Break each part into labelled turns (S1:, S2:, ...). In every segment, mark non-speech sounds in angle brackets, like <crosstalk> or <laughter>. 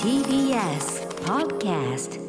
S1: TBS Podcast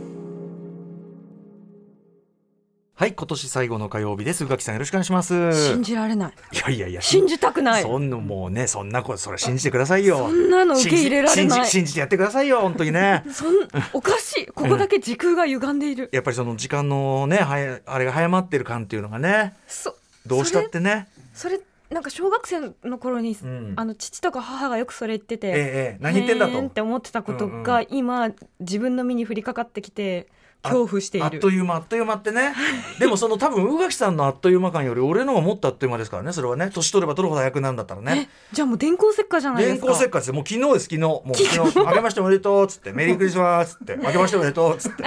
S2: はい、今年最後の火曜日です。宇垣さん、よろしくお願いします。い
S3: 信じられない
S2: やいやいや、
S3: 信じたくない
S2: そんなもうね、そんなこと、それ信じてくださいよ。そ
S3: んなの受け入れられない
S2: 信じ信じてやってくださいよ、本当にね。
S3: そんおかしいここだけ時空が歪んでいる
S2: やっぱりその時間のね、はやあれが早まってる感っていうのがね、
S3: そ
S2: どうしたってね。
S3: それそれなんか小学生の頃に、
S2: ん
S3: あの父とか母がよくそれ言ってて、
S2: ええええ、何言ってんだ
S3: へーっ
S2: と
S3: て。思ってたこと
S2: う
S3: が今自分の身に降りかかってきて恐怖してい
S2: あっ
S3: る
S2: という間あっという間ってねでもその多分宇垣さんのあっという間感より俺のがもっとあっという間ですからねそれはね年取れば取るほど早くなんだったらね
S3: えじゃあもう電光石火じゃないで
S2: 電
S3: すか
S2: 光石火ですよもう昨日です昨日もう昨日「明けましておめでとう」っつって「メリークリスマス」っつって「明けましておめでとう」っつ
S3: <laughs>
S2: って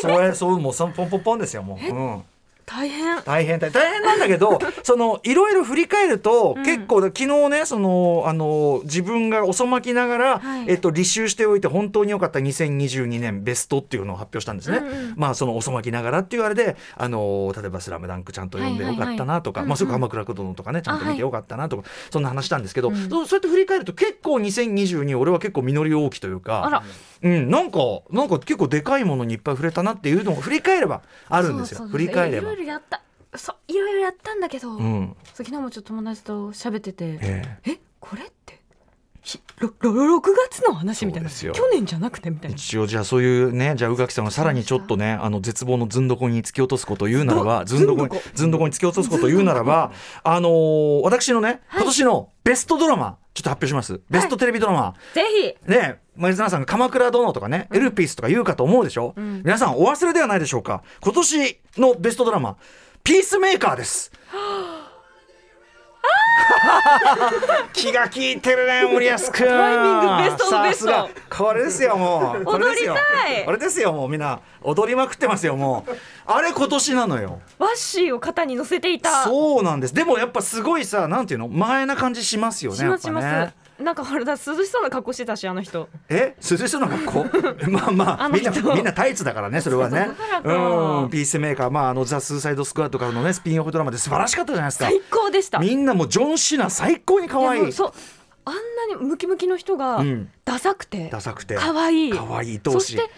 S2: それそうもうそんポンポンポンですよもう、うん、
S3: 大変
S2: 大変大変大変なんだけ
S3: <laughs>
S2: どそのいろいろ振り返ると、
S3: うん
S2: 結構昨日ねそのあの自分が遅まきながら、
S3: はい
S2: えっと、履修しておいて本当に良かった2022年ベストっていうのを発表したんですね、
S3: うんうん
S2: まあその遅まきながらっていうあれであの例えば「スラムダンクちゃんと読んでよかったなとか、
S3: はいはいはい
S2: まあ、それ
S3: うん
S2: か
S3: うん
S2: 鎌倉殿」とかねちゃんと
S3: あ
S2: 見
S3: は
S2: て
S3: い
S2: よかったなとか、そんな話したんですけど、
S3: うん
S2: そうそうやって振り返ると結構2022俺は結構実り多きというか
S3: あら
S2: うん、なんかなんか結構でかいものにいっぱい触れたなっていうのが振り返ればあるんですよ
S3: そうそう
S2: 振り返れ
S3: い
S2: ば
S3: ろい。ろやったそういろいろやったんだけど、
S2: うん
S3: そう昨日もちょっと友達と喋ってて
S2: ええ
S3: えこれってひろろ6月の話みたいな
S2: そうで
S3: 去
S2: すよ
S3: 年じゃなくてみたいな
S2: 一応じゃあそういうねじゃあ宇垣さんをさらにちょっとねあの絶望のずんどこに突き落とすことを言うならば
S3: ど
S2: ずんどこに
S3: ずんどこ
S2: ずんどこに突き落とすことを言うならばあのー私のね今年のベストドラマちょっと発表しますベストテレビドラマ
S3: ぜひ
S2: ね前澤さんが「鎌倉殿」とかね「エルピース」とか言うかと思うでしょ
S3: ん
S2: 皆さんお忘れではないでしょうか今年のベストドラマ「ピースメーカー」です。気が利いてるね森保君
S3: タイミングベストオブ
S2: さ
S3: ベスト
S2: すがこれですよもうこれですよ
S3: 踊りたい
S2: これですよもうみんな踊りまくってますよもうあれ今年なのよ
S3: ワッシーを肩に乗せていた
S2: そうなんですでもやっぱすごいさなんていうの前な感じしますよね
S3: しますします、
S2: やっぱね
S3: なんかほらだ涼しそうな格好してたしあの人
S2: え涼しそうな
S3: <laughs>
S2: 格好まあまあ
S3: あの
S2: みんな
S3: 人
S2: みんなタイツだからねそれはね
S3: そうそうだからか
S2: うんピースメーカーまああのザ・スーサイド・スクワットからのねスピンオフドラマで素晴らしかったじゃないですか
S3: 最高でした
S2: みんなもうジョン・シナ最高に可
S3: いやも
S2: 愛いう
S3: そうあんなにムキムキの人が
S2: うん
S3: ダサくて、
S2: ダサくて
S3: 可愛い
S2: 可愛い愛お
S3: そ
S2: し
S3: し
S2: い
S3: て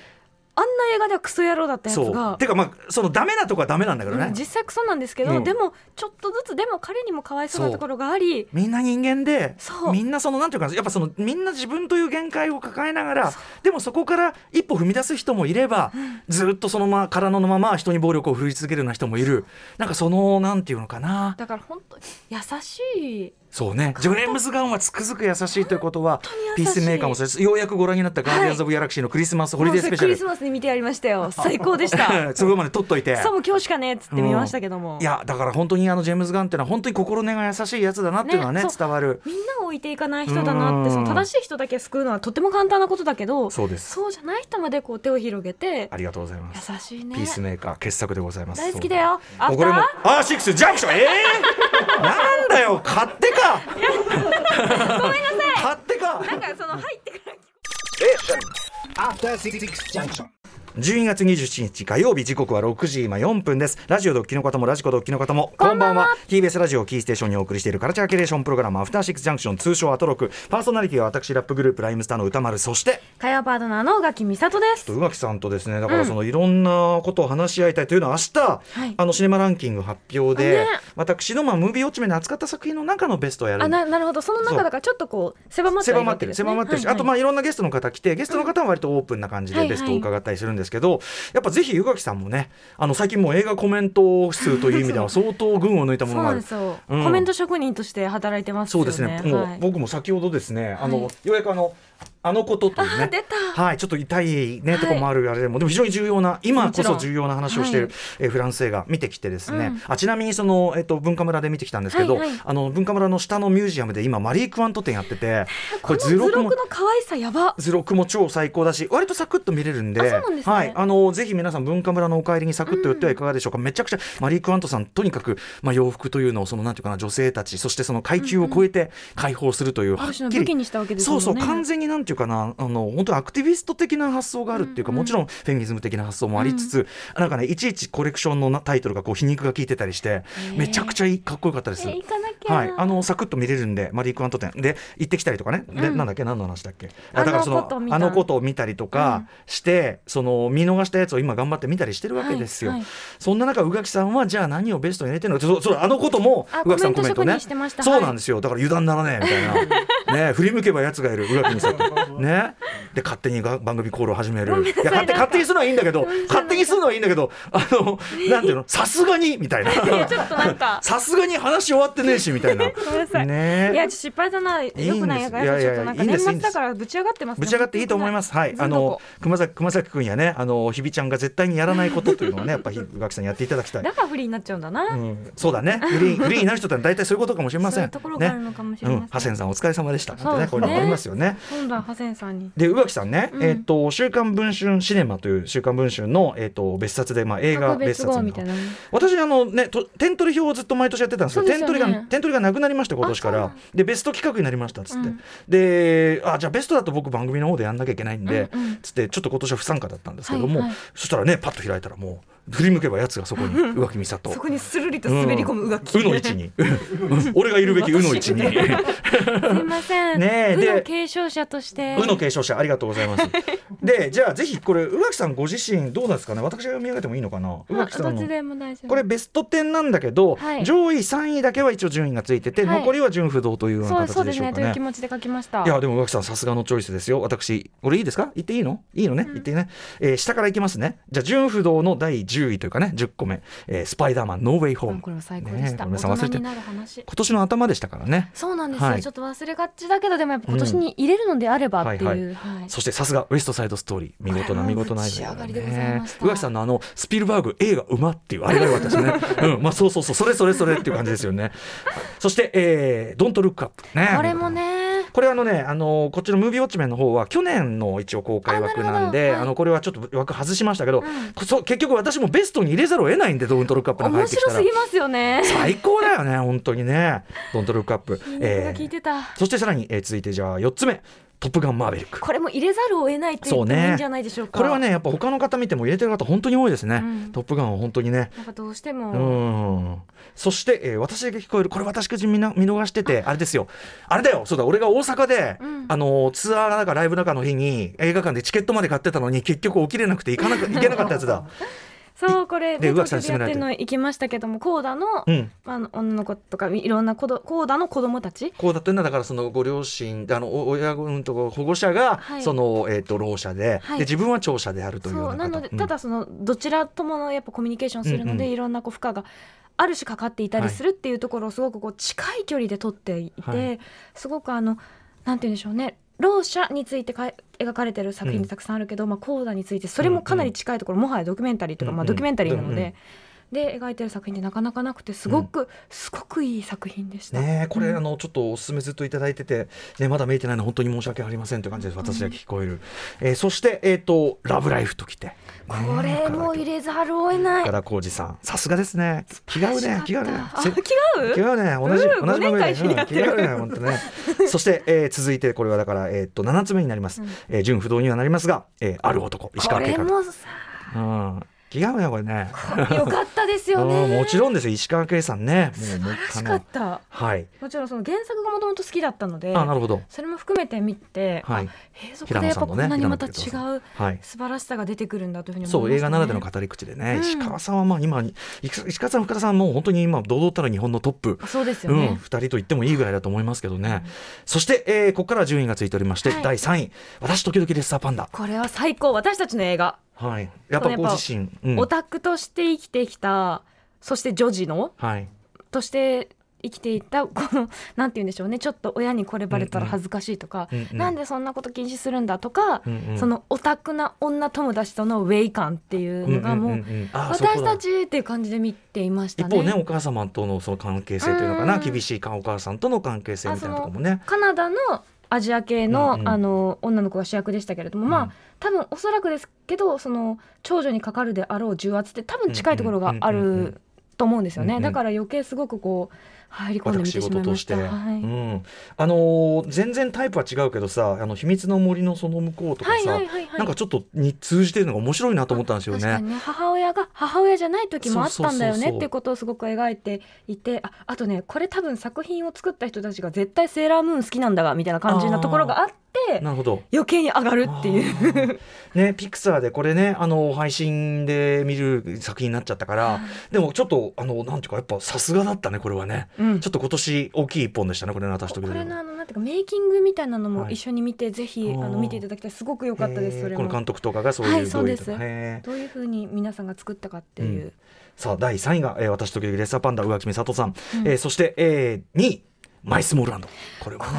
S3: あんな映画ではクソ野郎だったやつ
S2: そう
S3: が
S2: てかまあそのダメなとこはダメなんだけどね、
S3: うん実際クソなんですけど、
S2: うん
S3: でもちょっとずつでも彼にもかわいそうなところがあり
S2: みんな人間で
S3: そう
S2: みんなそのなんていうかやっぱそのみんな自分という限界を抱えながらでもそこから一歩踏み出す人もいれば、ずっとそのまま体のまま人に暴力を振り続けるような人もいるなんかそのなんていうのかな
S3: だから本当に優しい
S2: そうねジョレームズ・ガンはつくづく優しいということは
S3: 当
S2: ピー
S3: に優しい
S2: スメーカーもそうですようやくご覧になった「ガーディアンズ・オブ・ギャラクシー」のクリスマスホリデースペシャル
S3: もうそれクリスマスに見てやりましたよ最高でした
S2: <laughs> そこまで撮っといて
S3: さあもう今日しかねっつって見ましたけども、
S2: いやだから本当にあのジェームズ・ガンっていうのは本当に心根が優しいやつだなっていうのはね
S3: ねそう
S2: 伝わる
S3: みんなを置いていかない人だなっ
S2: うん
S3: てその正しい人だけ救うのはとても簡単なことだけど
S2: そうです
S3: そうじゃない人までこう手を広げて
S2: ありがとうございます
S3: 優しいね
S2: ピースメーカー傑作でございます
S3: 大好きだよア
S2: そうこ
S3: フタ
S2: れも
S3: ー
S2: アーシックスジャンクションえ
S3: <laughs>
S2: えー、なんだよ買ってかごめんなさい買ってか
S3: なんかその入ってから
S4: After City Junction.
S2: 12月27日火曜日時刻は6時今4分ですラジオドッキリの方もラジコドッキリの方も
S3: こんばんは
S2: TBS ラジオをキーステーションにお送りしているカルチャーキュレーションプログラムアフターシックスジャンクション通称アトロクパーソナリティは私ラップグループライムスターの歌丸そして
S3: 火曜パートナーの小垣美里です
S2: 宇垣さんとですねだからそのいろんなことを話し合いたいというのは明日、
S3: い
S2: あのシネマランキング発表で、
S3: あね
S2: 私のまあムービーウォッチメンで扱った作品の中のベストをやる
S3: あななるほどその中だからちょっとこう狭まって
S2: 狭
S3: はいる
S2: まっ
S3: わ
S2: て
S3: け
S2: る
S3: ですね
S2: 狭まってるし、
S3: はいはい
S2: あとまあいろんなゲストの方来てゲストの方は割とオープンな感じ
S3: は
S2: で
S3: いは
S2: ベ
S3: い
S2: ストを伺ったりするんですけど、やっぱぜひ宇垣さんもねあの最近もう映画コメント数という意味で
S3: <laughs>
S2: は相当群を抜いたも
S3: そ
S2: の
S3: う
S2: があ
S3: なん
S2: る
S3: ですよ、
S2: うん
S3: コメント職人として働いてます
S2: そ
S3: よ
S2: う
S3: ね
S2: ですねもう、
S3: はい
S2: 僕も先ほどですねあの、
S3: はい
S2: ようやくあの「あのこと」という
S3: あ
S2: ね
S3: 出た
S2: はい、ちょっと痛いね、とこもあるあれでもでも非常に重要な今こそ重要な話をしている、
S3: も
S2: えーフランス映画見てきてですね、
S3: うん
S2: あちなみにその、えっと文化村で見てきたんですけど、
S3: はいはい
S2: あの文化村の下のミュージアムで今マリー・クワント展やってて
S3: <laughs> この図録
S2: も
S3: の可愛さやば
S2: 図録も超最高だし割とサクッと見れるんで
S3: あそうなんですね
S2: はい、あのぜひ皆さん文化村のお帰りにサクッと寄ってはいかがでしょうか、めちゃくちゃマリー・クワントさんとにかく、まあ、洋服というのをそのなんていうかな女性たちそしてその階級を超えて解放するという、は
S3: あ
S2: っ
S3: る
S2: き
S3: 種の
S2: り
S3: 武器にしたわけですも
S2: そう
S3: んね
S2: そう完全になんていういうかなあの本当にアクティビスト的な発想があるっていうか、もちろんフェミニズム的な発想もありつつ、なんかねいちいちコレクションのなタイトルがこう皮肉が効いてたりして、めちゃくちゃいいかっこよかったです。
S3: えー行かなきゃ
S2: はい、あのサクッと見れるんでマリー・クワント展で行ってきたりとかね、でなんだっけ何の話だっけあだからそ
S3: あのこと
S2: の
S3: 見た
S2: あのことを見たりとかして、その見逃したやつを今頑張って見たりしてるわけですよ、
S3: はいはい
S2: そんな中宇垣さんはじゃあ何をベストに入れてるのかそうそうあのことも
S3: あ
S2: 宇垣さんコメント
S3: コメン
S2: ね
S3: ト職人してました
S2: そうなんですよだから油断ならねえみた
S3: <laughs>
S2: いなね振り向けばやつがいる宇垣にさってねで勝手にが番組コールを始めるいや勝手勝手にするのはいいんだけど勝手にするのはいいんだけどあのなんていうのさすがにみたいな
S3: ちょっとなんか
S2: さすがに話終わ <laughs> ってねえしみたいな。
S3: ごめんなさい。
S2: ねえ
S3: いや、ちょっと失敗だな。よくないやから、
S2: いいんです
S3: ちょっとなんか
S2: いやいやいいんで
S3: 年
S2: す
S3: 末だからぶち上がってますね。
S2: ぶち上がっていいと思います。はい、あの熊崎熊崎君やね、あのひびちゃんが絶対にやらないことというのはね、やっぱ
S3: <laughs>
S2: り宇垣さんやっていただきたい
S3: だ。からフリーになっちゃうんだな。
S2: うん、そうだね。フリー
S3: <laughs>
S2: フリーになる人って大体そういうことかもしれません。
S3: そういうところがあるのかもしれません
S2: ねうん、ハセンさんお疲れ様でした。なんて
S3: そうで
S2: ね、
S3: すね
S2: こういうのもありますよね。
S3: 今度はハセンさんに。
S2: で宇垣さんね、
S3: うん
S2: えっと週刊文春シネマという週刊文春のえっと別冊でまあ映画
S3: 特
S2: 別
S3: 別
S2: 冊
S3: 号
S2: の
S3: みたいな。
S2: 私あのねと点取り表をずっと毎年やってたんですけど
S3: そう
S2: 点
S3: ですよ
S2: 取
S3: ね
S2: りが点取りがなくなりました今年か
S3: あそう
S2: ら
S3: な
S2: でベスト企画になりましたっつって、
S3: うん
S2: であじゃあベストだと僕番組の方でやんなきゃいけないんで、
S3: うんうん
S2: つってちょっと今年は不参加だったんですけども、
S3: はいはい
S2: そしたらねパッと開いたらもう振り向けばやつがそこに宇垣美里
S5: そこにスルリと滑り込むうがき、
S2: うの一にうん俺がいるべきうの一
S3: <laughs>
S2: に <laughs>
S3: すいません。
S2: ねえ
S3: う
S2: で
S3: の継承者として。
S2: うの継承者ありがとうございますでじゃあぜひこれ宇垣さんご自身どうなんですかね私が読み上げてもいいのかな宇
S3: まあ
S2: 垣さ
S3: ど
S2: ん
S3: っ
S2: の
S3: ちでも大丈夫。
S2: これベスト10なんだけど、
S3: はい
S2: 上位3位だけは一応順位がついてて、
S3: はい
S2: 残りは順不動というような
S3: そう
S2: 形
S3: そう
S2: で
S3: で
S2: し
S3: す
S2: ょう
S3: ね。
S2: か
S3: という気
S2: ね。
S3: 持ちで書きました。
S2: いやでも浮気さんさすがのチョイスですよ私俺いいですか言っていいのいいのね、言ってね、えー下からいきますねじゃあ順不動の第10位というかね10個目、えースパイダーマンノーウェイホー
S3: あ
S2: ム
S3: これは最高でし
S2: ねえ
S3: た。
S2: ごめん
S3: 大
S2: なさい忘
S3: 人
S2: れて
S3: になる話。
S2: 今年の頭でしたからね
S3: そうなんですよ、
S2: はい
S3: ちょっと忘れがちだけどでもやっぱ今年に入れるのであればっていう、
S2: うん
S3: はい
S2: そしてさすがウエストサイドストーリー見事な見事な
S3: これはもう
S2: 映画だ
S3: ぶち上がりでございました
S2: 宇垣さんのあのスピルバーグ映画馬っていうあれが良かったですね <laughs> うんまあそうそうそうそれそれそれっていう感じですよねそして、えー、ドントルックアップね
S3: これもね
S2: これはあのね、あのこっちのムービーウォッチメンの方は去年の一応公開枠なん
S3: あな
S2: で、
S3: る
S2: あ
S3: ほどはい
S2: のこれはちょっと枠外しましたけど、こそ結局私もベストに入れざるを得ないんで、ドントルックアップなんか入
S3: 面
S2: ってきたら
S3: 白すぎ。ますよね
S2: 最高だよね、本当にね。ドントルックアップ。
S3: みんな
S2: え
S3: が聞い
S2: ー、
S3: てた、
S2: そしてさらに、えー続いてじゃあ4つ目、トップガンマーベリック。
S3: これも入れざるを得ないって言
S2: そ
S3: っ
S2: う
S3: てもいい
S2: ね
S3: んじゃないでしょうか
S2: これはね、やっぱ他の方見ても入れてる方本当に多いですね。
S3: うん
S2: トップガンは本当にね。
S3: なんかどうしても、
S2: うんそして、えー私だけ聞こえるこれ私個人見な見逃しててあれですよあれだよそうだ俺が大阪で、
S3: うん
S2: あのーツアーだかライブだかの日に映画館でチケットまで買ってたのに結局起きれなくて行か
S3: <laughs>
S2: なく行けなかったやつだ
S3: そうこれ
S2: で
S3: で
S2: 宇垣さん
S3: 東京でやってるの行きましたけどもコーダの、
S2: うん
S3: まああの、女の子とかいろんな子どコーダの子供たち
S2: こうだってんだだからそのご両親あのお親うんとこ保護者が、
S3: はい
S2: そのえっ、と老者で,、
S3: はい
S2: で自分は長者であるというよう
S3: そう
S2: な
S3: な
S2: 方
S3: ので、
S2: うん
S3: ただそのどちらとものやっぱコミュニケーションするので、
S2: うんうん
S3: いろんなこう負荷がある種かかっていたりするっていうところをすごくこう近い距離で撮っていて、
S2: はい
S3: すごくあのなんて言うんでしょうねろう者についてか描かれてる作品
S2: うん
S3: ってたくさんあるけど、まあ、コーダについてそれもかなり近いところ、もはやドキュメンタリーとか、
S2: うんうん
S3: まあ、ドキュメンタリーなの
S2: うんうん
S3: で、で描いてる作品ってなかなかなくてすごく、すごくいい作品でした。
S2: ねえこれ、
S3: うん
S2: あのちょっとおすすめずっといただいてて、ね、まだ見えてないの本当に申し訳ありませんという感じです私だけ聞こえる、えーそして、えっと「ラブライフ」ときて
S3: これも入れざるを得ない
S2: 岡。田浩二さん、さすがですね。気が合うね、気が合うね。
S3: あ
S2: せ
S3: 違う
S2: 気が合うね、同じ、
S3: うん
S2: 同じ番組
S3: 五年間一緒にやってる
S2: うん気が合うね、本当
S3: <laughs>
S2: ね。そして、えー続いて、これはだから、えーっと、七つ目になります。えー純不動にはなりますが、えーある男、石
S3: こ
S2: 川慶
S3: れ
S2: 香。
S3: もさ
S2: うん、気が合うね、これね。
S3: よかったですよ
S2: う <laughs>
S3: ね。
S2: んもちろんですよ、石川慶さんね。素晴
S3: 楽しかった。
S2: はい。
S3: もちろんその原作がもともと好きだったので、
S2: あ、なるほど。
S3: それも含めて見て、
S2: はい
S3: あ継続でやっぱこんなにまた違う
S2: 平野さんのねはい
S3: 素晴らしさが出てくるんだというふうに思いまし
S2: そ
S3: た、
S2: う
S3: ね。
S2: 映画ならでの語り口でね、
S3: うん
S2: 石川さんはまあ今に石川さん深田さんもう本当に今堂々たる日本のトップ
S3: そうです
S2: う
S3: よ
S2: ん、
S3: ね。
S2: 2人と言ってもいいぐらいだと思いますけどね、そして、えーここからは順位がついておりまして、
S3: はい
S2: 第3位私時々レッサーパンダ、
S3: これは最高。私たちの映画、
S2: はい、やっぱご自身、うん
S3: オタクとして生きてきた、そして女児の
S2: はい、
S3: として生きていたこのなんて言うんでしょうね。ちょっと親にこれバレたら恥ずかしいとか、
S2: うんうん
S3: なんでそんなこと禁止するんだとか、
S2: うんうん
S3: そのオタクな女友達とのウェイ感っていうのがもう。
S2: んんんんあーそこ
S3: 私
S2: だ
S3: たちっていう感じで見ていまし
S2: 一
S3: たね。
S2: 方ねお母様とのその関係性というのかな
S3: うん
S2: 厳しいかお母さんとの関係性みたいなとこもね
S3: カナダのアジア系の,、
S2: うんうん
S3: あの女の子が主役でしたけれども、ま
S2: うん
S3: あ多分おそらくですけどその長女にかかるであろう重圧って多分近いところがあ
S2: うんうんうんうん
S3: ると思うんですよ
S2: う
S3: ね、
S2: んうん
S3: だから余計すごくこう入り込んでみ
S2: 私
S3: てし
S2: 事
S3: まいま
S2: とし、
S3: してた。
S2: う
S3: はい
S2: ん、あのー全然タイプは違うけどさ「あの秘密の森のその向こう」とか
S3: はい
S2: さ
S3: はいはいはい
S2: なんかちょっとに通じてるのが面白いなと思ったんですよ
S3: 確
S2: ね
S3: か。にね母親が母親じゃない時もあったんだ
S2: そうそう
S3: よ
S2: そう
S3: ね
S2: そう
S3: っていうことをすごく描いていてああとねこれ多分作品を作った人たちが絶対セーラームーン好きなんだわみたいな感じなところがあって
S2: なるほど
S3: 余計に上がるっていう
S2: あーね、ピクサーでこれねあの配信で見る作品になっちゃったからでもちょっとあのなんていうかやっぱさすがだったねこれはね、
S3: <laughs> うん
S2: ちょっと今年大きい一本でしたねこれね私と
S3: こ
S2: ビデオ
S3: れのあのなんていうかメイキングみたいなのも一緒に見て、ぜひあ
S2: あー
S3: の見ていただきたいすごく良かったです
S2: へー
S3: それ
S2: この
S3: も
S2: 監督とかがそうい
S3: は
S2: う
S3: い
S2: 同意とか、
S3: そうです
S2: へー
S3: どういうふうに皆さんが作ったかっていう、
S2: うんさあ第3位が、えー私とレッサーパンダ宇垣美里さん、えーそして、え2位マイスモールランドこれはね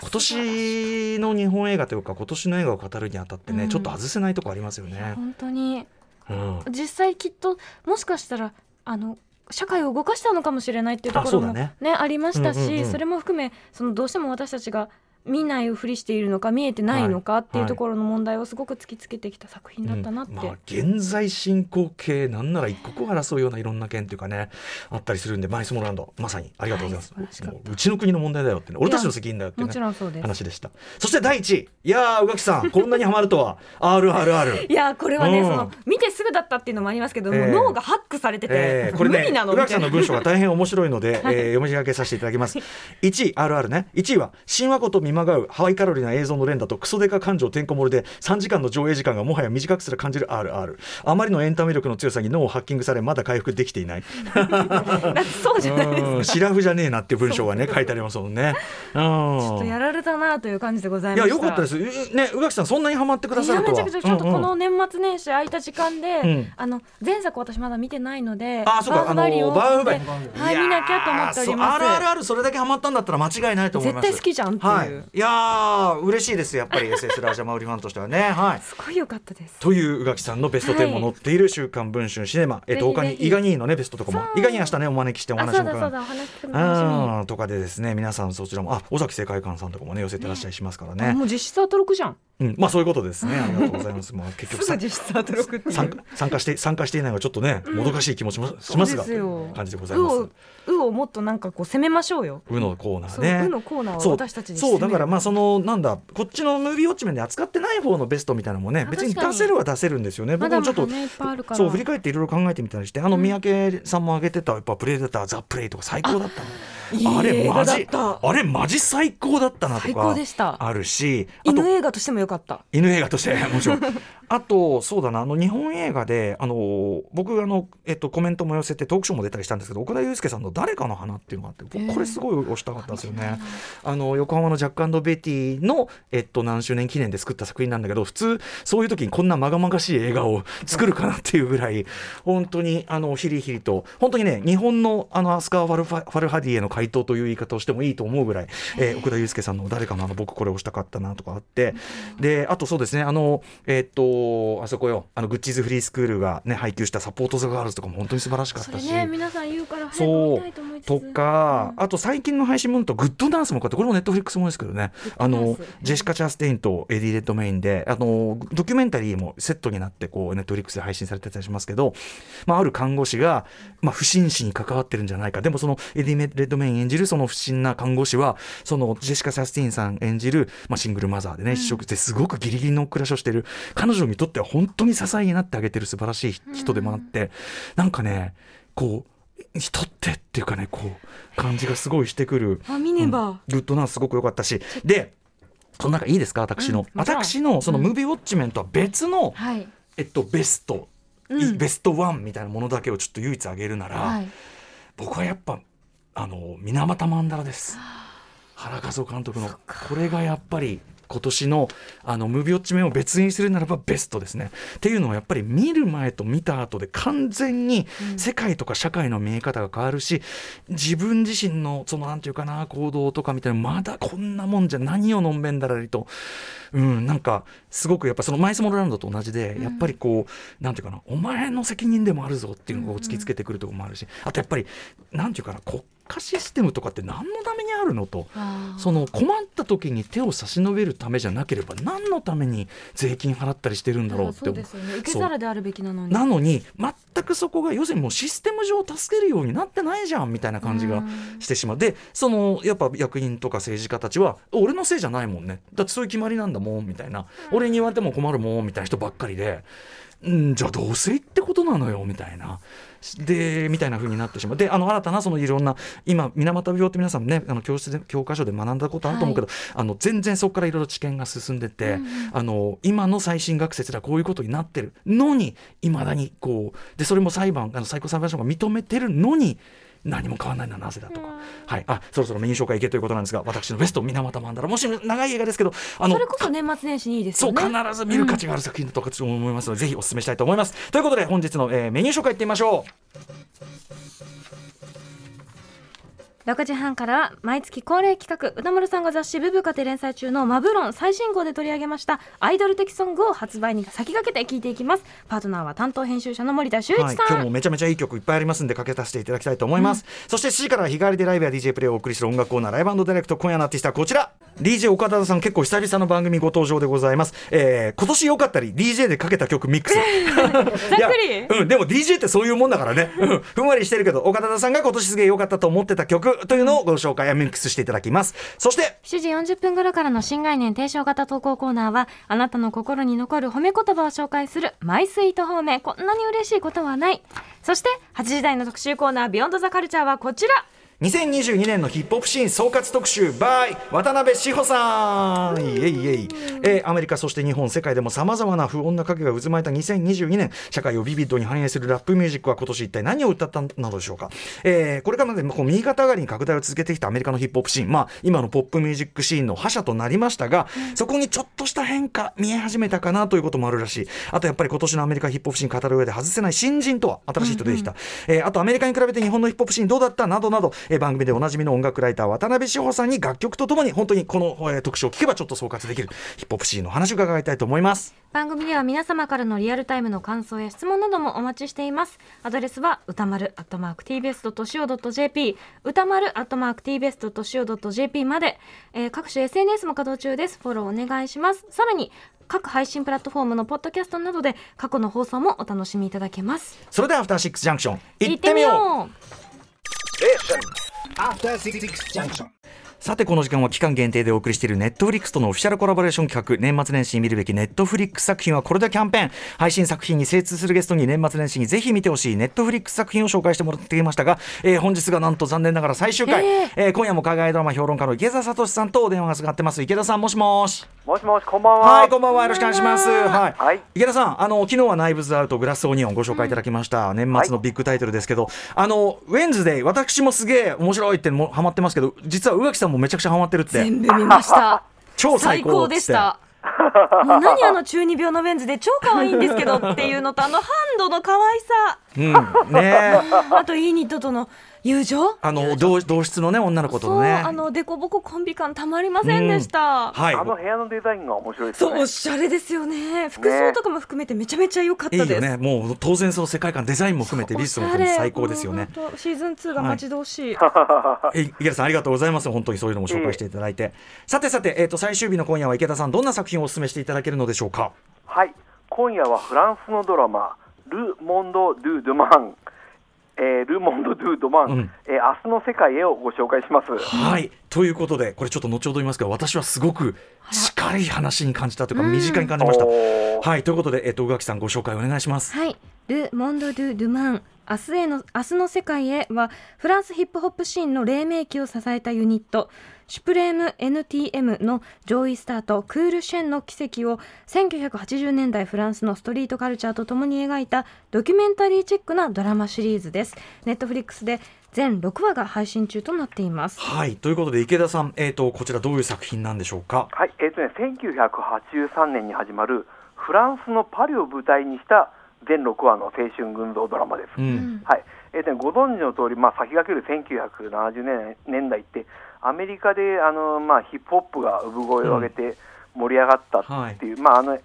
S2: 今年の日本映画というか今年の映画を語るにあたってね、
S3: うん
S2: ちょっと外せないとこありますよね。
S3: 本当に
S2: うん
S3: 実際きっともしかしたらあの社会を動かしたのかもしれないっていうところ
S2: あそ
S3: も
S2: うだね
S3: ねありましたし、
S2: うんうんうん
S3: それも含めそのどうしても私たちが見ないふりしているのか見えてないのかっていうところの問題をすごく突きつけてきた作品だったなって、
S2: まあ、現在進行形なんなら一刻を争うようないろんな件というかねあったりするんでマイスモールランドまさにありがとうございます、
S3: はい素晴らしか
S2: もううちの国の問題だよって、ね、俺たちの責任だよって
S3: もち
S2: ね
S3: ろんそうです。
S2: 話でしたそして第1位いやー宇垣さんこんなにハマると
S3: <laughs>
S2: は RRR
S3: いやーこれはね、
S2: うん
S3: その見てすぐだったっていうのもありますけど、
S2: え
S3: も
S2: え
S3: う脳がハックされてて、
S2: えーこれね
S3: 無理なの
S2: 宇
S3: み
S2: 垣
S3: た
S2: さん
S3: いな
S2: の文章が大変面白い
S3: <laughs>
S2: ので、えー読み上げさせていただきます1位 RR ね1位は神話こと見まがうハワイカロリーな映像の連打とクソデカ感情てんこ盛りで3時間の上映時間がもはや短くすら感じる RR あまりのエンタメ力の強さに脳をハッキングされまだ回復できていない
S3: だってそうじゃないですか。
S2: うんシラフじゃねえなっていう文章がね書いてありますもんねうん
S3: ちょっとやられたなという感じでござい
S2: い
S3: ま
S2: や
S3: した。
S2: 良かったですうね宇垣さんそんなにハマってくだ
S3: い
S2: さ
S3: や
S2: ると
S3: めち
S2: は
S3: ゃくちゃちょっとこ
S2: うんう
S3: の
S2: ん
S3: 年末年始空いた時間で、
S2: うん
S3: あの前作私まだ見てないので
S2: あそうか
S3: バーフバリを
S2: あのバーフバリ
S3: はい
S2: やー
S3: 見なきゃと思っております
S2: そう RRR それだけハマったんだったら間違いないと思います
S3: 絶対好きじゃんっていう
S2: はい、いやー嬉しいですやっぱ
S3: <laughs>
S2: り SS ラジャマウリファンとしてはねはい
S3: すごい良かったです
S2: という宇垣さんのベスト10も載っている「週刊文春シネマ」えっと
S3: ぜひ
S2: 他に
S3: ぜひ
S2: イガニーのねベストとかも
S3: そう
S2: イガニー明日ねお招きしてお
S3: あ
S2: 話
S3: そ
S2: も
S3: うだ
S2: 伺
S3: そう
S2: う
S3: だお話しく楽しみ
S2: うんとかでですね皆さんそちらもあ尾崎世界観さんとかもね寄せてらっしゃいしますからね
S3: もう実質アトロクじゃん
S2: うん、まあそういうことですねありがとうございます、まあ、結局
S3: す
S2: さ
S3: ぐ実質アトロクっていう
S2: 参加参加して参加していないのはちょっとねもどかしい気もします,、しますが
S3: そうですよ
S2: 感じでございます。
S3: うをうをもっとなんかこう攻めましょうよ
S2: うのコーナー
S3: そう
S2: ね。
S3: うのコーナーは
S2: そう
S3: 私たちに
S2: そう
S3: 攻め
S2: だ
S3: る
S2: からまあそのなんだこっちのムービーウォッチメンで扱ってない方のベストみたいなのもね
S3: あ
S2: 別に
S3: 確
S2: 出
S3: かに
S2: せるは出せるんですよね。
S3: ま
S2: 僕
S3: だ
S2: も
S3: ま
S2: ちょっ
S3: だ
S2: と
S3: ねいっぱいあるから
S2: そう振り返っていろいろ考えてみたりしてあの三宅さんも挙げてたやっぱプレデターザプレイとか最高だったの。あ
S3: いい
S2: れ
S3: 映
S2: マ
S3: 画だっ
S2: ジ
S3: た
S2: あれマジ最高だったなと
S3: 最
S2: か
S3: 高でした
S2: あるしあと
S3: 犬映画としても良かった
S2: 犬映画としてもちろん <laughs> あとそうだなあの日本映画であの僕あの、えっと、コメントも寄せてトークショーも出たりしたんですけど岡田祐介さんの「誰かの花」っていうのがあって
S3: え
S2: 僕
S3: ー
S2: これすごい押したかったんですよね。あの横浜のジャックベティの、えっと、何周年記念で作った作品なんだけど普通そういう時にこんなまがまがしい映画を作るかなっていうぐらい本当にあのヒリヒリと本当にね日本のあのアスカーファルファ・ファルハディへの回答という言い方をしてもいいと思うぐらい、えー奥田祐介さんの「誰かの花」僕これ押したかったなとかあってであとそうですねあのえっとあそこよあのグッチーズフリースクールがね配給した「サポート・ザ・ガールズ」とかも本当に素晴らしかっ
S3: そ
S2: た
S3: れ
S2: し。
S3: ね皆さん言うから早く
S2: そ
S3: 見たいと思いうつつ
S2: とか、あと最近の配信ものとグッドダンスも買ってこれもネットフリックスもですけどねあ
S3: ダン
S2: の
S3: ス
S2: ジェシカ・チャステインとエディ・レッドメインであのドキュメンタリーもセットになってこうネットフリックスで配信されてたりしますけど、まあ、ある看護師が、まあ、不審死に関わってるんじゃないかでもそのエディ・レッドメイン演じるその不審な看護師はそのジェシカ・チャステインさん演じる、まあ、シングルマザーでね非職ですごくギリギリの暮らしをしてる彼女にとっては本当に支えになってあげてる素晴らしい人でもあって、なんかねこう人ってっていうかねこう感じがすごいしてくる
S3: あ見ねば、
S2: グッドナースすごく良かったしでその中いいですか私の、
S3: もちろん
S2: 私のそのムービーウォッチメンとは別の、
S3: はい
S2: えっとベスト、
S3: うん
S2: ベストワンみたいなものだけをちょっと唯一あげるなら、
S3: はい
S2: 僕はやっぱあの水俣曼荼羅です原和夫監督のこれがやっぱり今年のあのムービーウォッチ面を別にするならばベストですね。っていうのはやっぱり見る前と見た後で完全に世界とか社会の見え方が変わるし、自分自身のそのなんていうかな行動とかみたいなまだこんなもんじゃ何をのんべんだらりとうん、なんかすごくやっぱそのマイスモルランドと同じで、やっぱりこうなんていうかなお前の責任でもあるぞっていうのを突きつけてくるところもあるし、あとやっぱりなんていうかな国化システムとかって何のためにあるのと
S5: あー
S2: その困った時に手を差し伸べるためじゃなければ何のために税金払ったりしてるんだろうって
S5: そう
S2: 思
S5: で
S2: う
S5: すよね受け皿であるべきなのに
S2: なのに全くそこが要するにもうシステム上助けるようになってないじゃんみたいな感じがしてしまうでそのやっぱ役員とか政治家たちは俺のせいじゃないもんねだってそういう決まりなんだもんみたいな俺に言われても困るもんみたいな人ばっかりで。うんじゃあどうせってことなのよみたいな。でみたいな風になってしまうであの新たなそのいろんな今水俣病って皆さんねあの教室で教科書で学んだことあると思うけど、あの全然そこからいろいろ知見が進んでて、あの今の最新学説ではこういうことになってるのにいまだにこうでそれも裁判あの最高裁判所が認めてるのに何も変わらないのはなぜだとか、はい、あそろそろメイン紹介いけということなんですが私のベスト水俣マンダラもし長い映画ですけどあの
S5: それこそ年末年始にいいです
S2: そ
S5: よ
S2: う
S5: ね
S2: 必ず見る価値がある作品だとか思いますので、ぜひお勧めしたいと思います。ということで本日の、えーメニュー紹介いってみましょう。
S3: 6時半からは毎月恒例企画歌丸さんが雑誌「ブブカ」で連載中の「マブロン」最新号で取り上げましたアイドル的ソングを発売に先駆けて聞いていきますパートナーは担当編集者の森田修一さん、
S2: はい、今日もめちゃめちゃいい曲いっぱいありますんでかけさせていただきたいと思います、そして7時からは日替わりでライブや DJ プレイをお送りする音楽コーナーライブディレクト今夜のアーティストはこちら DJ 岡田さん結構久々の番組ご登場でございます、えー今年良かったり DJ でかけた曲ミックス
S3: ざっくり
S2: いやうん、でも DJ ってそういうもんだからね、うんふんわりしてるけど岡田さんが今年すげえ良かったと思ってた曲というのをご紹介やミックスしていただきますそして
S3: 7時40分頃からの新概念提唱型投稿コーナーはあなたの心に残る褒め言葉を紹介するマイスイート方面こんなに嬉しいことはないそして8時台の特集コーナービヨンドザカルチャーはこちら
S2: 2022年のヒップホップシーン総括特集 by 渡辺志保さんイエイイエイ、えーアメリカそして日本世界でもさまざまな不穏な影が渦巻いた2022年社会をビビッドに反映するラップミュージックは今年一体何を歌ったのでしょうか、えーこれからまでこう右肩上がりに拡大を続けてきたアメリカのヒップホップシーンまあ今のポップミュージックシーンの覇者となりましたが、そこにちょっとした変化見え始めたかなということもあるらしいあとやっぱり今年のアメリカヒップホップシーン語る上で外せない新人とは新しい人出てきた、えーあとアメリカに比べて日本のヒップホップシーンどうだったなどなど、えー番組でおなじみの音楽ライター渡辺志保さんに楽曲とともに本当にこの、えー特集を聞けばちょっと総括できるヒップホップシーンの話を伺いたいと思います
S3: 番組では皆様からのリアルタイムの感想や質問などもお待ちしていますアドレスは歌丸 @tbs.co.jp 歌丸 @tbs.co.jp まで、えー各種 SNS も稼働中ですフォローお願いしますさらに各配信プラットフォームのポッドキャストなどで過去の放送もお楽しみいただけます
S2: それではアフターシックスジャンクション行ってみよう
S3: う
S6: Station. After Six Junction.
S2: さてこの時間は期間限定でお送りしているネットフリックスとのオフィシャルコラボレーション企画年末年始に見るべきネットフリックス作品はこれだキャンペーン配信作品に精通するゲストに年末年始にぜひ見てほしいネットフリックス作品を紹介してもらっていましたが、えー本日がなんと残念ながら最終回、えー今夜も海外ドラマ評論家の池澤聡さんとお電話がつながってます池田さんもしもし
S7: もしもし、こんばんは。
S2: はいこんばんはよろしくお願いしますはい、
S7: はい
S2: 池田さんあの昨日はナイブズアウトグラスオニオンご紹介いただきました、年末のビッグタイトルですけど、あのウェンズデイ私もすげえ面白いってもハマってますけど実は宇垣さんもめちゃくちゃハマってるって
S5: 全部見ました
S2: 超最
S5: 最高
S2: 高っつって
S5: でしたもう何あの中二病のメンズで超可愛いんですけどっていうのとあのハンドの可愛さ
S2: うん、ねえ
S5: <laughs> あとイーニットとの友情
S2: あの同同室のね女の子
S5: そ
S2: と
S5: う、
S2: ね
S5: あのデコボココンビ感たまりませんでした、
S2: はい
S7: あの部屋のデザインが面白いですよ
S5: そう
S7: ね
S5: お。しゃれですよね服装とかも含めてめちゃめちゃ良かっ
S2: いい
S5: た
S2: よ
S5: です
S2: ねもう当然その世界観デザインも含めて美術も含めて最高ですよ
S5: お
S2: ね
S5: しゃれもう本当シーズン2が待ち遠しい、
S2: え池田さんありがとうございます本当にそういうのも紹介していただいて、さてさて、えー、と最終日の今夜は池田さんどんな作品をお勧めしていただけるのでしょうか
S7: はい。今夜はフランスのドラマ、ル・モンド・ドゥ・ドゥ・マン。えール・モンド・ドゥ・ドゥ・マン、
S2: うん
S7: えー明日の世界へをご紹介します。
S2: はいということでこれちょっと後ほど言いますが私はすごく近い話に感じたというか身近に感じました。
S7: おー
S2: はいということで、えー、と宇垣さんご紹介お願いします。
S3: はい、ル・モンド・ドゥ・ドゥ・マン明日への明日の世界へはフランスヒップホップシーンの黎明期を支えたユニットシュプレーム NTM のジョイ・スターとクール・シェンの奇跡を1980年代フランスのストリートカルチャーとともに描いたドキュメンタリーチックなドラマシリーズですネットフリックスで全6話が配信中となっています
S2: はいということで池田さん、えー、とこちらどういう作品なんでしょうか。
S7: はい。えっ、とね、1983年に始まるフランスのパリを舞台にした全6話の青春群像ドラマです。
S2: うん
S7: はいえーとねご存知の通り、まあ、先駆ける1970年年代ってアメリカであの、まあ、ヒップホップが産声を上げて盛り上がったっていう、まあ、あの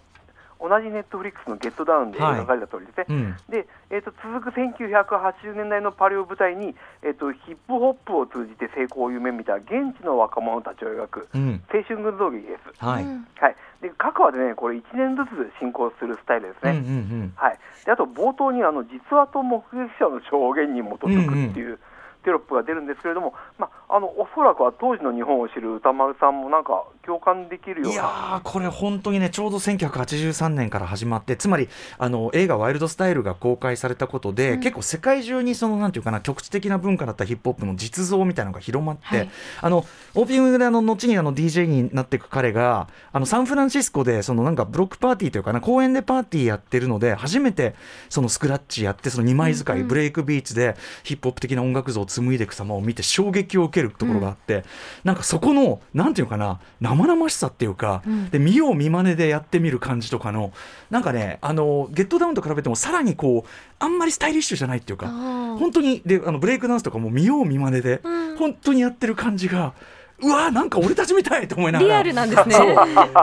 S7: 同じネットフリックスの「ゲットダウン」で描かれた通りですね、
S2: うん
S7: で、えー、と続く1980年代のパリを舞台に、えー、とヒップホップを通じて成功を夢見た現地の若者たちを描く
S2: うん
S7: 青春群像劇です。
S2: はい、
S7: はい、で各話でね、これ1年ずつ進行するスタイルですね。
S2: うんうん
S7: はい、であと冒頭にあの実話と目撃者の証言に基づくっていうテロップが出るんですけれども、まあ、あのおそらくは当時の日本を知る歌丸さんもなんか共感でき
S2: う
S7: る
S2: ん
S7: よ
S2: いうや
S7: な。
S2: ーこれ本当にねちょうど1983年から始まってつまりあの映画「ワイルドスタイル」が公開されたことで、結構世界中にそのなんていうかな局地的な文化だったヒップホップの実像みたいなのが広まって、
S5: はい
S2: あのオープニングであの後にあの DJ になっていく彼があのサンフランシスコでそのなんかブロックパーティーというかな公園でパーティーやってるので初めてそのスクラッチやってその2枚使い、ブレイクビーツでヒップホップ的な音楽像を紡いでいく様を見て衝撃を受けるところがあって、なんかそこのなんていうかな生々しさっていうか、で見よう見まねでやってみる感じとかのなんかねあのゲットダウンと比べてもさらにこうあんまりスタイリッシュじゃないっていうか本当にであのブレイクダンスとかも見よう見まねで、本当にやってる感じがうわーなんか俺たちみたいと思いながら
S3: リアルなんです <laughs> ね
S2: そう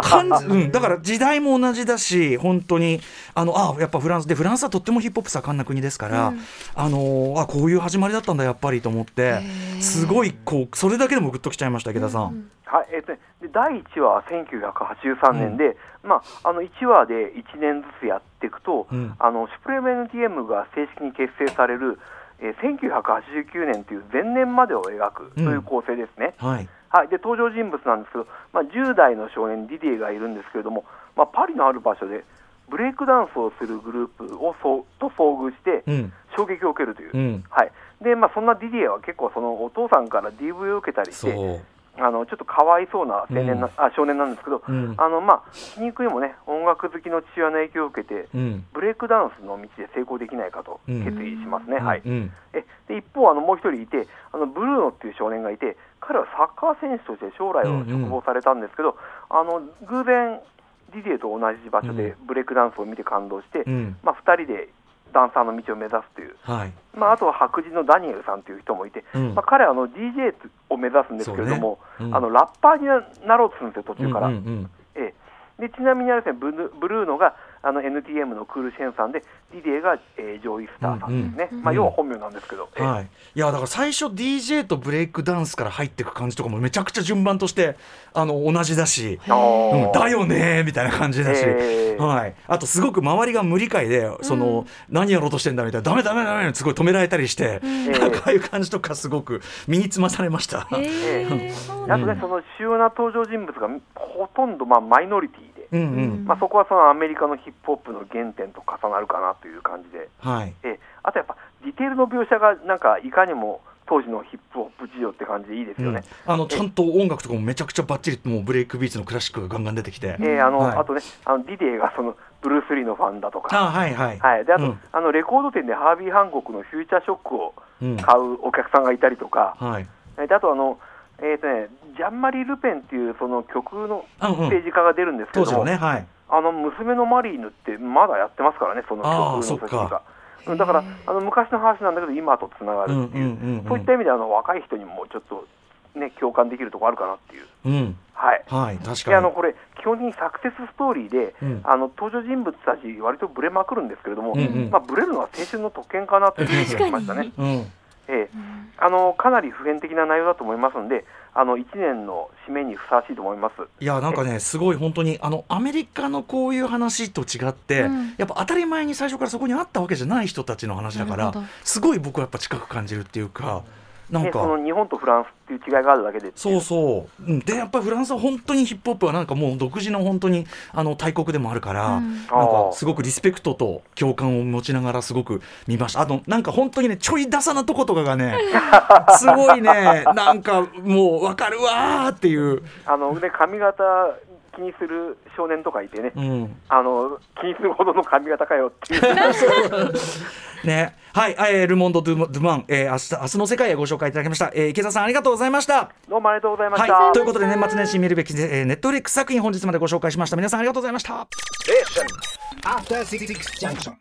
S2: 感じうん、だから時代も同じだし本当にあのあやっぱフランスでフランスはとってもヒップホップ盛んな国ですから、あのあこういう始まりだったんだやっぱりと思ってすごいこうそれだけでもグッときちゃいました池田さん。
S7: はいえーとね、で第1話は1983年で、まあ、あの1話で1年ずつやっていくと、
S2: うん
S7: あのシュプレム NTM が正式に結成される、えー1989年という前年までを描くという構成ですね。
S2: はい
S7: はい、で登場人物なんですけど、まあ、10代の少年ディディエがいるんですけれども、まあ、パリのある場所でブレイクダンスをするグループをそうと遭遇して
S2: うん
S7: 衝撃を受けるという、
S2: うん
S7: はいでまあ、そんなディディエは結構そのお父さんから DV を受けたりし
S2: そ
S7: て
S2: う
S7: あのちょっとかわいそうな青年な、
S2: うん
S7: あ少年なんですけど、
S2: うん
S7: あのまあ、皮肉にもね音楽好きの父親の影響を受けて、
S2: うん
S7: ブレイクダンスの道で成功できないかと
S2: うん
S7: 決意しますね。はい
S2: うん
S7: えで一方あのもう一人いてあのブルーノっていう少年がいて彼はサッカー選手として将来を嘱望されたんですけど、あの偶然ディディエと同じ場所でブレイクダンスを見て感動して、
S2: うん
S7: まあ、2人でダンサーの道を目指すという、
S2: はい
S7: まあ、あとは白人のダニエルさんという人もいて、
S2: うん
S7: まあ、彼はあの DJ を目指すんですけれども、
S2: そうねうん
S7: あのラッパーになろうとするんですよ途中から。
S2: うんうん
S7: ええ、でちなみにあれですねブルブルーノがあの NTM のクールシェンさんでディディエが、えージョーイ・スターさんですね、
S2: うんうん
S7: まあ、要は本名なんですけど、ええ
S2: はい、いやだから最初 DJ とブレイクダンスから入っていく感じとかもめちゃくちゃ順番としてあの同じだし、
S7: あー
S2: うん、だよねーみたいな感じだし、
S7: えー
S2: はい、あとすごく周りが無理解でその、何やろうとしてんだみたいなダメダメダメすごい止められたりして、なんかああいう感じとかすごく身につまされました。
S3: え
S7: え
S3: ー <laughs> そう
S7: あとね、その主要な登場人物がほとんどまあマイノリティで、
S2: うんうん
S7: まあ、そこはそのアメリカのヒップホップの原点と重なるかなという感じで、
S2: はい
S7: ええあとやっぱディテールの描写がなんかいかにも当時のヒップホップ事情って感じでいいです
S2: う
S7: よ
S2: ん
S7: ね。、
S2: あのちゃんと音楽とかもめちゃくちゃばっちりもうブレイクビーツのクラシックがガンガン出てきて、
S7: ええあの
S2: はい
S7: あとねあのディディエがそのブルース・リーのファンだとか、
S2: あはいはい
S7: はい、であと、
S2: うん
S7: あのレコード店でハービー・ハンコックのフューチャーショックを
S2: うん
S7: 買うお客さんがいたりとか、
S2: はい
S7: えであとあの、えーとね、ジャンマリー・ルペンっていうその曲の
S2: うんうん
S7: 政治家が出るんですけ
S2: 当
S7: ど
S2: 時
S7: も、
S2: のねはい
S7: あの娘のマリーヌってまだやってますからね、その曲
S2: あー
S7: の
S2: そっか
S7: 政治家。うんだからあの昔の話なんだけど今とつながるっていう,、
S2: うんうんうんうん
S7: そういった意味であの若い人にもちょっと、ね、共感できるところあるかなっていう。
S2: うん
S7: はい
S2: はい確
S7: であ
S2: か
S7: の
S2: に
S7: これ基本的にサクセスストーリーで、
S2: うん
S7: あの登場人物たち割とブレまくるんですけれども、
S2: うんうん
S7: まあ、ブレるのは青春の特権かなというふうに思いましたね、
S2: うん
S7: ええあのかなり普遍的な内容だと思いますのであの1年の締めにふさわしいと思います
S2: いやなんかねすごい本当にあのアメリカのこういう話と違って、やっぱ当たり前に最初からそこにあったわけじゃない人たちの話だからすごい僕はやっぱ近く感じるっていうかな
S7: ね
S2: んか。
S7: その日本とフランスっていう違いがあるだけで
S2: そうそう、うんでやっぱりフランスは本当にヒップホップはなんかもう独自の本当にあの大国でもあるから、なん
S7: あ
S2: か
S7: ー
S2: すごくリスペクトと共感を持ちながらすごく見ましたあとなんか本当にねちょいダサなとことかがねすごいねなんかもう分かるわーっていう、
S7: あの、ね、髪型気にする少年とかいてね、
S2: うん、
S7: あの気にするほどの髪型かよっていう
S2: ねはい、えールモンド・ドゥ・ドゥマン、えー、明日明日の世界へご紹介いただきました、えー池田さんありがとうございました
S7: どうもありがとうございまし
S2: は
S7: た、
S2: い、ということで年末年始見るべきで、えー、ネットフリックス作品本日までご紹介しました皆さんありがとうございました
S6: Station. After Six Junction.